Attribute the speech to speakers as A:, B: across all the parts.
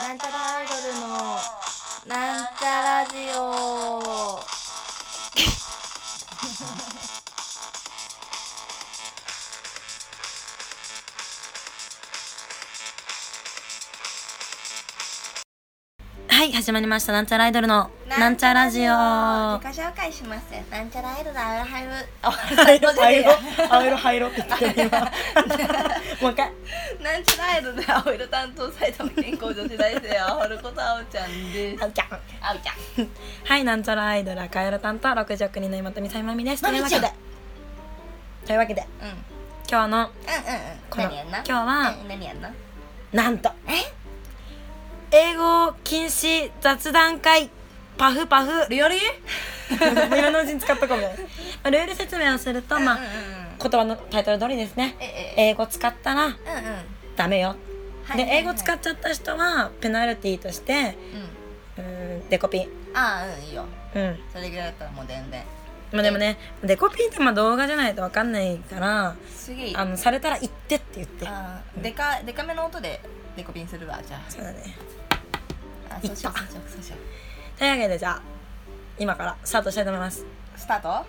A: なんちゃらアイドルのなんちゃラジ オ
B: はい、始まりました。なんちゃらアイドルの、なんちゃラジオ。
A: 自己紹介しますなんちゃらアイドルアイラハイブあ
B: 青色、灰色って言ってる今。もう一回。
A: なんちゃらアイドルの青色担当埼玉健康女子大生あほることあおちゃんです
B: ちゃん。
A: あおちゃん
B: はい、なんちゃらアイドル赤色担当、六十九人の今富さいまみです。と
A: ま
B: い
A: み
B: うわ
A: ちゃ
B: け
A: ん
B: で。というわけで、
A: うんうん
B: 今日の、
A: うんうん
B: この
A: 何やんな
B: 今日は
A: うん何やんな
B: なんと。
A: え
B: 英語禁止雑談会。パフパフ。
A: リアル
B: 今のうちに使っとこうみたいなまあ。ルール説明をすると、まあ
A: うん、うん
B: 言葉のタイトル通りですね。
A: ええ
B: 英語使ったら、
A: うんうん
B: ダメよ。
A: はい
B: で、
A: はいはい
B: 英語使っちゃった人は、ペナルティとして。
A: う
B: うーんデコピン
A: んああうんいいよ
B: うん
A: それぐらいだったらもう全然
B: まあでもねデコピンってまあ動画じゃないとわかんないから
A: すげえ
B: あのされたら行ってって言って
A: あーでかでかめの音でデコピンするわじゃ
B: そうだね
A: ああそうしようそうしようそうしよ
B: というわけでじゃあ今からスタートしたいと思います
A: うスタートは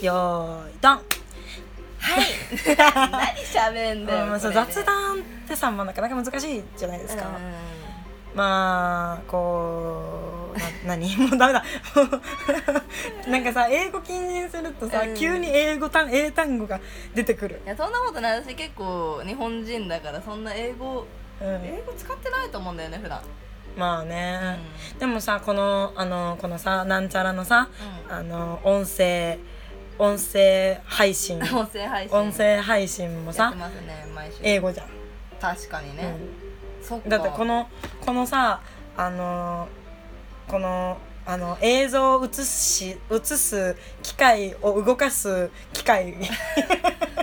B: よーいドン
A: い 何しゃべんだよ
B: まあそう
A: これで
B: 雑談ってさ、まあ、なかなか難しいじゃないです
A: う
B: か、
A: ん
B: まあこうな何 もうダメだなんかさ英語禁止にするとさ、
A: うん
B: 急に英語単英単語が出てくる
A: い、やそんなことない私結構日本人だからそんな英語
B: うん、
A: 英語使ってないと思うんだよね普段
B: まあ
A: う
B: ね、でもさこのあのこのさなんちゃらのさ
A: ん
B: あの音声音声配信
A: 音声配信
B: 音声配信も
A: やっ
B: さ
A: てますね毎週
B: 英語じゃん、
A: 確かにねそっ
B: う
A: か
B: ん、だってこのこのさあのこのあの映像を映し映す機械を動かす 機械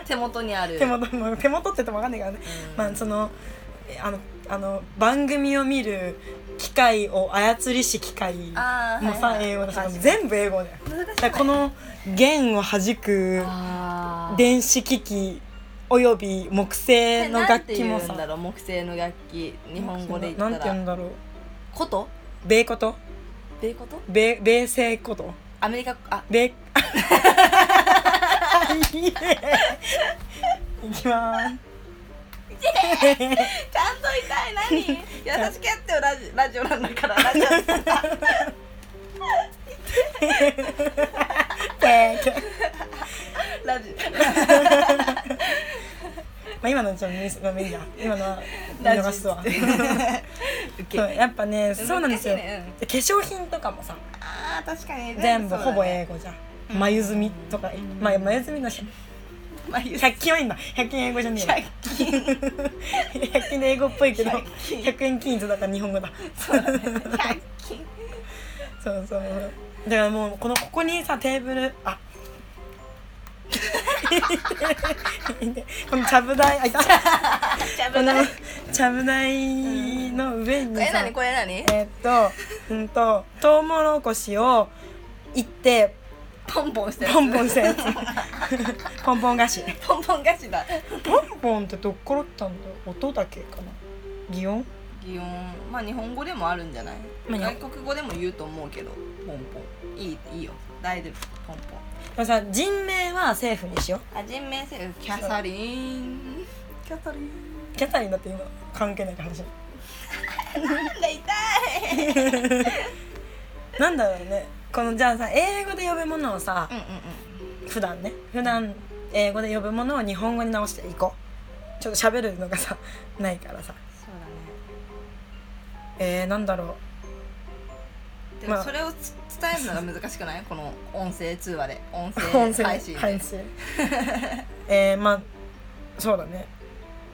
A: 手元にある
B: 手元の手元って言ってもわかんないからね、
A: うん
B: まあそのえあのあの番組を見る機械を操りし機械も
A: あー
B: さ、
A: はいはい
B: 英語だし
A: 確かに
B: 全部英語だよ
A: 難し
B: だからこの弦を弾く
A: あー
B: 電子機器および木製の楽器
A: な
B: も
A: んて言うんだ
B: さ
A: ろう木製の楽器日本語で言
B: な
A: っ
B: んて
A: た
B: 言うん
A: ら
B: だろう
A: 琴
B: 米こと
A: どういうこと
B: 米米製こと
A: アメリカあ
B: 米いいねいきまーす
A: ちゃんと痛い何 優しくやってよラジラジオなんだからラジオ
B: で
A: ラジ
B: まあ今のちょっとミスまあいいや今のは見
A: ラジ
B: 逃 すわ
A: オ
B: そうやっぱねそうなんですよ、
A: 難しいね
B: で化粧品とかもさ
A: あー確かに
B: 全部
A: そうだね
B: ほぼ英語じゃん、
A: うん
B: 眉摘みとか、
A: うん
B: まあ眉摘みのし
A: まあ言う
B: 100均はいいんだ100均英語じゃねえよ100均で英語っぽいけど
A: 100
B: 100円均一だから日本語だ
A: そうだね100均
B: そうそうだからもうこのここにさテーブルあこのちゃぶ台あいたこ
A: ちゃぶ
B: の
A: 台
B: ちゃぶ台の上に
A: え
B: さ
A: 何これ何
B: えーっとうんとトウモロコシをいって
A: ポンポンしてる
B: ポンポンし たやつポンポン菓子
A: ポンポン菓子だ
B: ポンポンってどっから来たんだろう音だけかな擬音
A: 擬音まあ日本語でもあるんじゃない
B: まあ日
A: 外
B: 本
A: 国語でも言うと思うけどポンポンいいいいよ大丈夫ポンポン
B: でもさ人名は政府にしよう
A: あ人名せキャサリンキャサリン
B: キャサリンだって今関係ない話
A: なんだ痛い
B: なんだろうねこのじゃあさ英語で呼ぶものをさ
A: うんうんうん
B: 普段ね普段英語で呼ぶものを日本語に直していこうちょっと喋るのがさないからさ
A: そうだね
B: えー、なんだろ
A: でも
B: まあ
A: それをつ伝えるのが難しくないこの音声通話で音
B: う音
A: 声
B: 声
A: 配信で
B: 配信 えー、まあそうだね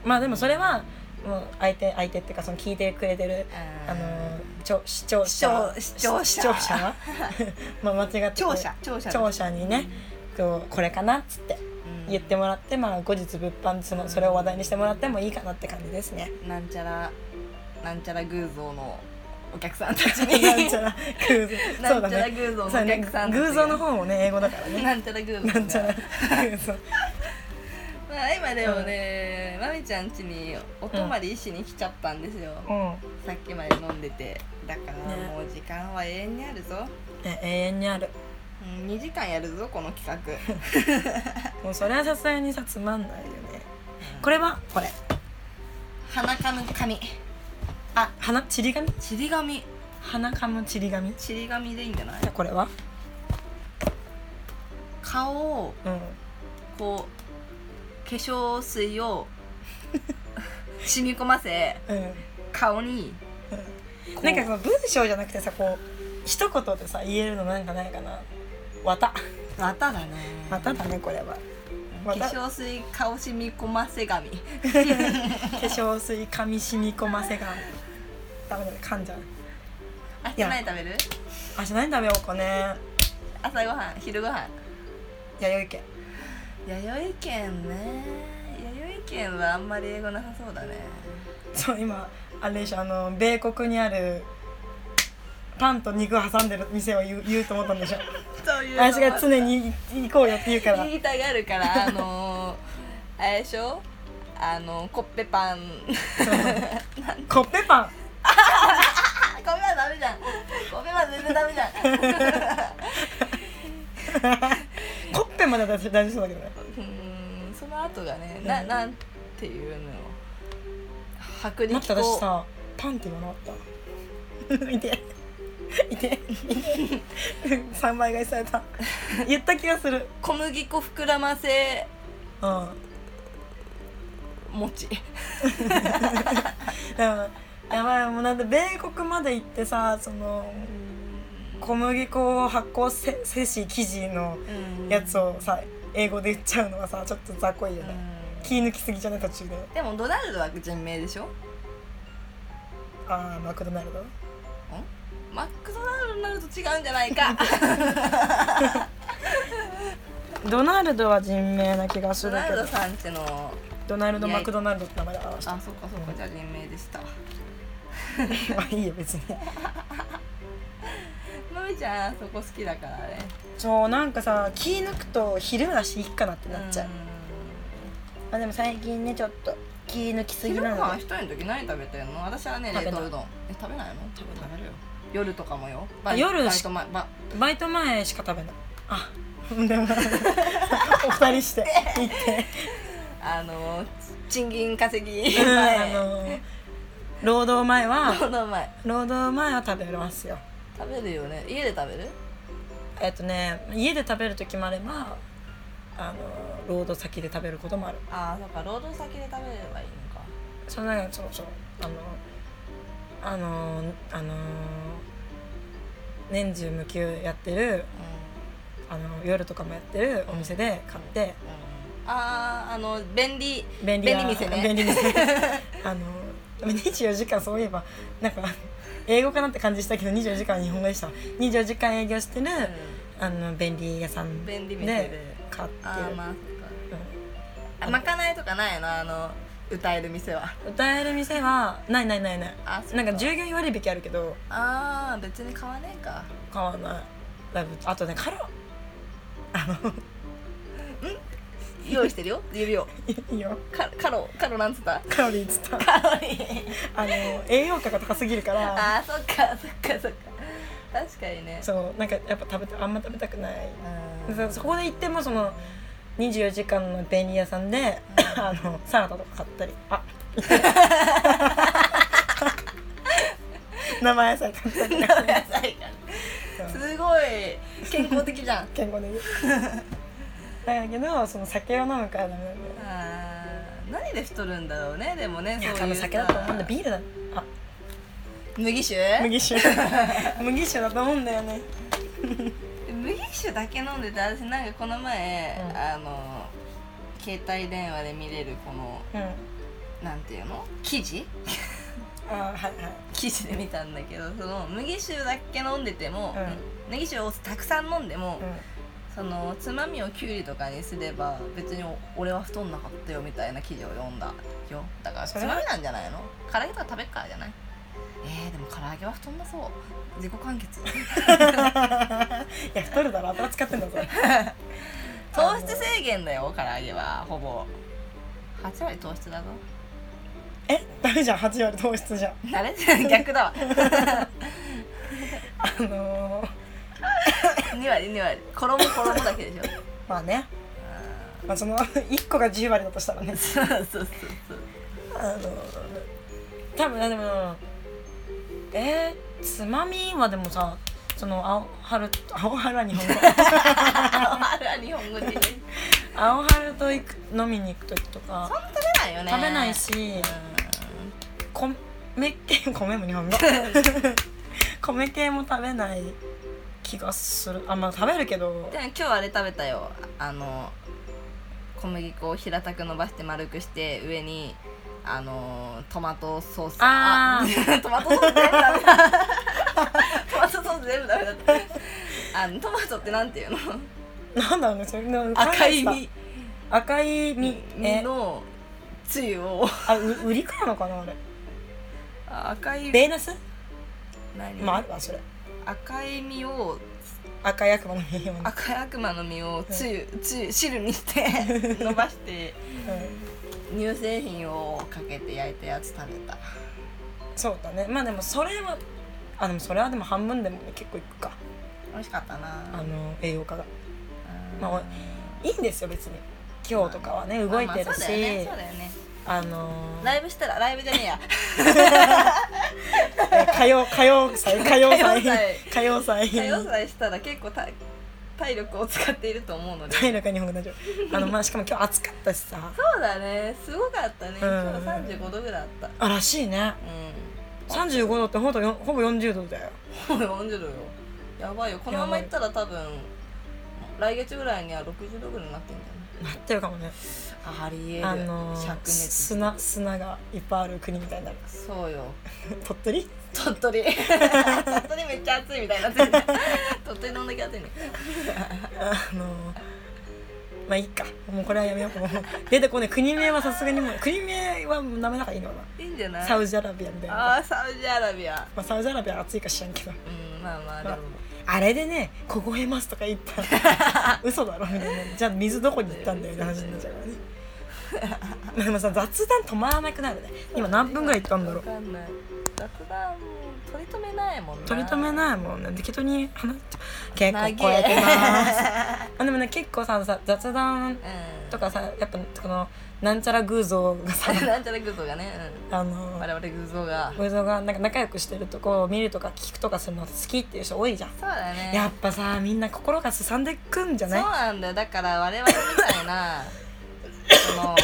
B: まあでもそれはもう相手相手っていうかその聞いてくれてるあのーちょ視聴者
A: 視聴視
B: 視
A: 聴者
B: 聴者 まあ間違って
A: 聴者聴者
B: 聴者にねこうこれかなっつって
A: うん
B: 言ってもらって、まあ、後日物販そのそれを話題にしてもらってもいいかなって感じです ね。
A: なんちゃらなんちゃら偶像のお客さんたち
B: なん
A: に
B: ちゃら偶像そ
A: な
B: うだ
A: んちゃら
B: ね。
A: 偶像の
B: そ
A: お
B: うだね
A: 客さんたちが
B: 偶像の方もね英語だからね。
A: なんちゃら偶像
B: なんちゃら
A: が
B: 偶像。
A: まあ今でもね、ねまみちゃん家にお泊まりしに来ちゃったんですよ、
B: うん
A: さっきまで飲んでてだから
B: ね
A: もう時間は永遠にあるぞ、
B: え永遠にある
A: うん、2時間やるぞこの企画
B: もうそれはさすがにさつまんないよね これはこれ
A: 鼻かむ紙
B: あ花ちり紙
A: ちり紙
B: 花かむちり紙
A: ちり紙でいいんじゃない
B: これは
A: 顔を
B: うん
A: こう化粧水 を染み込ませ
B: うん
A: 顔にこう
B: なんかその文章じゃなくてさこう一言でさ言えるのなんかないかな綿
A: 綿だね
B: 綿だねこれは
A: 化
B: 綿
A: 粧水顔染み込ませ紙
B: 化粧水紙染み込ませがダメだね噛んじゃう
A: あ
B: いや
A: 何食べる
B: あじゃあ何食べようかね
A: 朝ごはん昼ごはん
B: 弥生家
A: 弥生県ね弥生県はあんまり英語なさそうだね
B: そう今あれでしょあの米国にあるパンと肉挟んでる店を言う言うと思ったんでしょ
A: そういうの
B: 私が常に行こうよって言うから
A: 言いたがる からあのー、あれでしょあのコッペパン
B: コッペパン
A: あコッペパンダメじゃんコッペパン全然ダメじゃん
B: コッペまで大丈夫大丈夫そうだけどね
A: うーんその後がねななんていうのよ薄力粉
B: 待って私さパンって言わなかった いていていて3 倍買いされた言った気がする
A: 小麦粉膨らませ
B: うん
A: 餅
B: でもやばいもうなんで米国まで行ってさその小麦粉を発酵せせし生地の
A: うん
B: やつをさ英語で言っちゃうのはさちょっと雑魚いよね、気抜きすぎじゃない途中で
A: でもドナルドは人名でしょ
B: ああマクドナルド
A: マックドナルドになると違うんじゃないか
B: ドナルドは人名な気がす
A: ド
B: る
A: ナ
B: け
A: ル
B: ど
A: ドさんちの
B: ドナルド・マクドナルドって名前で表した
A: あそっかそっかじゃあ人名でした
B: まあいいよ別に
A: まみちゃんそこ好きだからね
B: そうなんかさ気抜くと昼だしいっかなってなっちゃう、
A: ん
B: まあでも最近ねちょっと気抜きすぎ
A: 昼
B: な
A: ご
B: の
A: 飯
B: で
A: 一人の時何食べてんの私はね
B: 食べ
A: 冷
B: ない
A: 凍うどんえ食べないの
B: 食べない
A: るよ夜とかもよ
B: あ夜
A: バイト前バ
B: バイト前しか食べないあでも お二人 して行って
A: あの賃金稼ぎ
B: うん
A: 前
B: あの労働前は
A: この前
B: 労働前は食べますよ
A: 食べるよね家で食べる
B: えっとね家で食べる時もあればあの労働先で食べることもある
A: ああそっか労働先で食べればいいのか
B: そのなんかそうそうあのあのあの年中無休やってるあの夜とかもやってるお店で買って
A: うん、うん、あああの便利
B: 便利な
A: 便利店ね
B: 便利 店あのでも24時間そういえばなんか英語かなって感じしたけど24時間日本語でした24時間営業してる、あの便利屋さんで
A: 便利店で
B: 買って
A: ああ
B: る、
A: まあそっか
B: う
A: あ
B: ん
A: まかないとかないのあの歌える店は
B: うん歌える店はないないないない
A: あそっ
B: なんか従業員割引あるけど
A: ああ別に買わねえ か
B: 買わないだいぶあとねカラあの
A: 用意してるよ指を
B: いいよ
A: カカロカロなんつった
B: カロリーっつった
A: カロリー
B: あの栄養価が高すぎるから
A: あーそっかそっかそっか確かにね
B: そうなんかやっぱ食べたあんま食べたくない
A: うん
B: そこで行ってもその24時間の便利屋さんで、 あのサラダとか買ったりあ 生野菜買ったり
A: 野菜がすごい健康的じ ゃん
B: 健康でいいだけどその酒を飲むからダメなんだよ
A: あー何で太るんだろうねでもね
B: い
A: そうい
B: や
A: う
B: 多分
A: さ
B: 酒だと思うんだビールだあ
A: 麦酒
B: 麦酒 麦酒だと思うんだよね
A: 麦酒だけ飲んでて私なんかこの前、
B: うん
A: あの携帯電話で見れるこの
B: うん
A: なんていうの記事
B: あはいはい
A: 記事で見たんだけどその麦酒だけ飲んでても、
B: う
A: 麦酒をたくさん飲んで も、
B: う
A: そのつまみをきゅうりとかにすれば別に俺は太んなかったよみたいな記事を読んだよだからつ
B: それ
A: まみ
B: は
A: なんじゃないの唐揚げとか食べっからじゃないえー、でも唐揚げは太んなそう自己完 結
B: んいや太るだろ頭使ってんだぞ
A: 糖質制限だよ唐揚げはほぼ8割糖質だぞ
B: えダメじゃん8割糖質じゃん
A: あれ逆だわ
B: あのー
A: 2割2割衣衣だけ でしょ
B: まあね
A: あ
B: まあその 1個が10割だとしたらね
A: ーそうそうそうそう
B: あの多分ねでもえー、つまみはでもさその青春青春は日 本語
A: あるは日本語で食べ
B: 青春と行く飲みに行く時とか
A: ないよね
B: 食べないし米系米も日本語米系も食べない気がするあまあ食べるけど
A: でも今日あれ食べたよあの小麦粉を平たく伸ばして丸くして上にあのトマトソース
B: あ
A: あ トマトソース全部ダメだ トマトソース全部ダメだってあのトマトってなんていうの
B: なんだろうねそれなん か
A: 赤い
B: 考えて
A: 実
B: た赤い実
A: 実
B: え
A: のつゆを
B: あう売りかなのかなあれ
A: あ赤い
B: ベーナス
A: 何、
B: まああるわそれ
A: 赤い実を
B: 赤い悪魔の実もね
A: 赤い悪魔の実をつゆつゆ汁にして 伸ばして
B: うん
A: 乳製品をかけて焼いたやつ食べた
B: そうだねまあでもそれはあでもそれはでも半分でも結構いくか
A: 美味しかったな
B: あの栄養価が
A: うん
B: まあおいいんですよ別に今日とかはね動いて
A: まあ
B: る
A: まあそうだよね
B: し
A: そうだよね
B: あの
A: ライブしたらライブじゃねえ や
B: え歌謡歌謡 祭歌謡祭歌謡祭
A: 歌謡祭したら結構た体力を使っていると思うので
B: 体力は日本語大丈夫あのまあしかも今日暑かったしさ
A: そうだねすごかったね
B: うん
A: 今日35度ぐらいあった
B: あらしいね
A: う
B: 35度ってほぼよほぼ40度だよ
A: ん 40度よやばいよこのままいったら多分来月ぐらいには60度ぐらいになってんじ
B: なってるかもね
A: ゃないありえる
B: あの
A: 灼熱
B: 砂砂がいっぱいある国みたいになる
A: そうよ
B: 鳥取
A: 鳥取鳥取めっちゃ暑いみたいになってる鳥取どんだけ暑いね
B: あのまあいいかもうこれはやめようもう出てこない国名はさすがにもう国名はダメだからいいのか
A: いいんじゃな
B: ないサウジアラビアみたいな、
A: ああサウジアラビア
B: まあ、サウジアラビアは暑いか知らんけど
A: うんまあまあで
B: ま
A: も
B: ああれでね「凍えます」とか言ったら嘘だろみたいなじゃあ水どこに行ったんだよって話になっちゃうからねまあでもさ雑談止まらなくなるね今何分ぐらい行ったんだろ
A: わ
B: う
A: かんない雑談取り留めないもんな
B: 取り留めないもんね適当に話しちゃう結構
A: 長
B: 超
A: え
B: えてますあでもね結構ささ雑談
A: うん
B: とかさやっぱこのなんちゃら偶像が さ
A: なんちゃら偶像がね、
B: あ
A: うん、
B: の
A: 我々偶像が
B: 偶像がなんか仲良くしてるとこを見るとか聞くとかするの好きっていう人多いじゃん、
A: そうだね
B: やっぱさみんな心がすさんでくんじゃ
A: そう
B: ない
A: なんだよだから我々みたいなその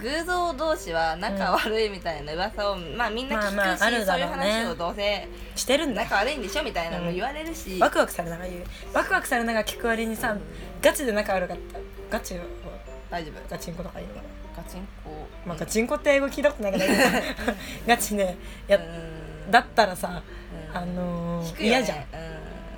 A: 偶像同士は仲悪いみたいな噂を、まあみんな聞くし、
B: まあまあある
A: そ
B: だ
A: ういう
B: ろうね
A: 話をどうせ
B: してるんだ
A: 仲悪いんでしょみたいなの
B: うん
A: 言われるし、
B: ワクワクされながら言うワクワクされながら聞く割にさ、ガチで仲悪かったガチは
A: 大丈夫
B: ガチンコとか言うのかな、
A: ガチンコ
B: まあ、ガチンコって英語聞いたことな いからいいかガチでや
A: うん
B: だったらさ、
A: うん
B: あのー
A: 聞くよね
B: 嫌じゃん
A: うん、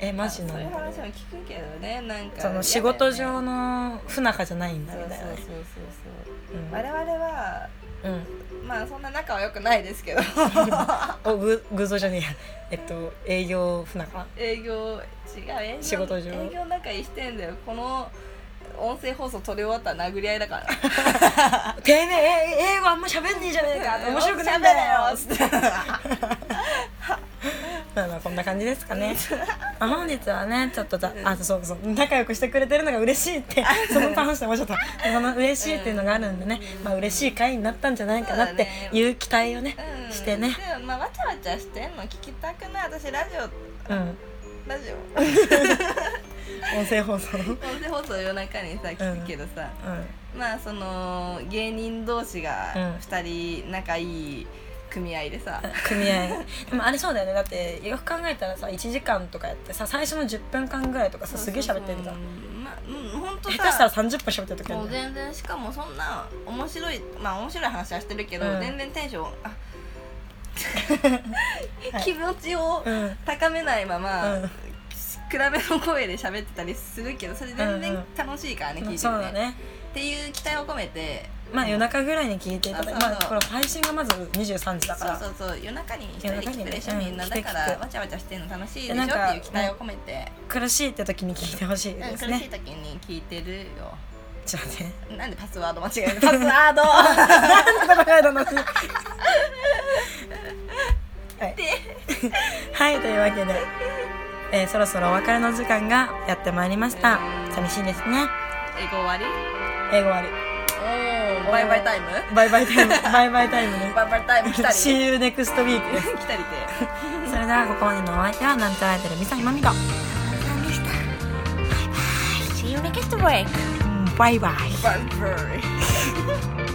B: えマジなの
A: そういう話も聞くけどねなんか
B: その仕事上の不仲じゃないんだ
A: 嫌だ
B: み
A: よ
B: た
A: ね
B: いなね
A: そうそうそうそう
B: うん
A: 我々は
B: うん
A: まあそんな仲は良くないですけど
B: おぐ偶像じゃねえやえっと営業不仲
A: 営業違う営業
B: 仕事上
A: 営業仲いいしてんだよこの音声放送取り終わったら殴り合いだ から
B: てめえ英語あんま喋んねえじゃねえか面白くないんだよ
A: 喋れよ
B: まあまあこんな感じですかねまあ本日はねちょっとざあそうそう仲良くしてくれてるのが嬉しいってその話してもちょっとその嬉しいっていうのがあるんでねまあ嬉しい回になったんじゃないかなっていう期待をね
A: うん
B: してね
A: でもまあわちゃわちゃしてんの聞きたくない私ラジオ
B: うん
A: ラジオ
B: 音声放送うん
A: 音声放送夜中にさ聞くけどさ、まあその芸人同士が
B: うん
A: 2人仲いい組合でさ、
B: 組合でもあれそうだよねだってよく考えたらさ1時間とかやってさ最初の10分間ぐらいとかさすげえ喋ってるじゃん
A: んまあうんほんと
B: 下手
A: さ
B: したら30分喋ってる時あ
A: も
B: る
A: う
B: じゃ
A: 全
B: ん
A: 然しかもそんな面白いまあ面白い話はしてるけど、
B: うん
A: 全然テンションあ
B: はい
A: 気持ちを
B: うん
A: 高めないまま、
B: うん
A: 比べの声で喋ってたりするけどそれ全
B: うんう
A: 然
B: ん
A: 楽しいからね、聞いて
B: そう
A: る
B: だ
A: ね
B: ね
A: っていう期待を込めて
B: まあ夜中ぐらいに聞いていただいて、
A: あそう
B: まあ、これ配信がまず23時だから
A: そうそうそう夜中に一人で来てるでしょ
B: 夜中にね
A: みんな
B: うん
A: だか
B: 来て来
A: ら
B: て
A: わちゃわちゃしてるの楽しいでしょ
B: で
A: って
B: なんか
A: いう期待を込めて、
B: 苦しいって時に聞いてほしい
A: うん
B: で
A: 苦
B: す
A: しい
B: ね。
A: 時に聞いてるよ
B: ちょっと 待って
A: なんでパスワード間違えるパスワード
B: なんだこの話はい、はい、というわけで、えーそろそろお別れの時間がやってまいりました寂しいですね
A: 英語終わり
B: 英語終わ
A: おおバイバイタイム
B: りバイバ イタイムバイバイタイムね
A: バイバイタイム来たり
B: See you next week で
A: 来たりで。
B: すそれではここまでのお相手はなんちゃらアイドルミサイマミコバイバ
A: Bye
B: イ
A: bye.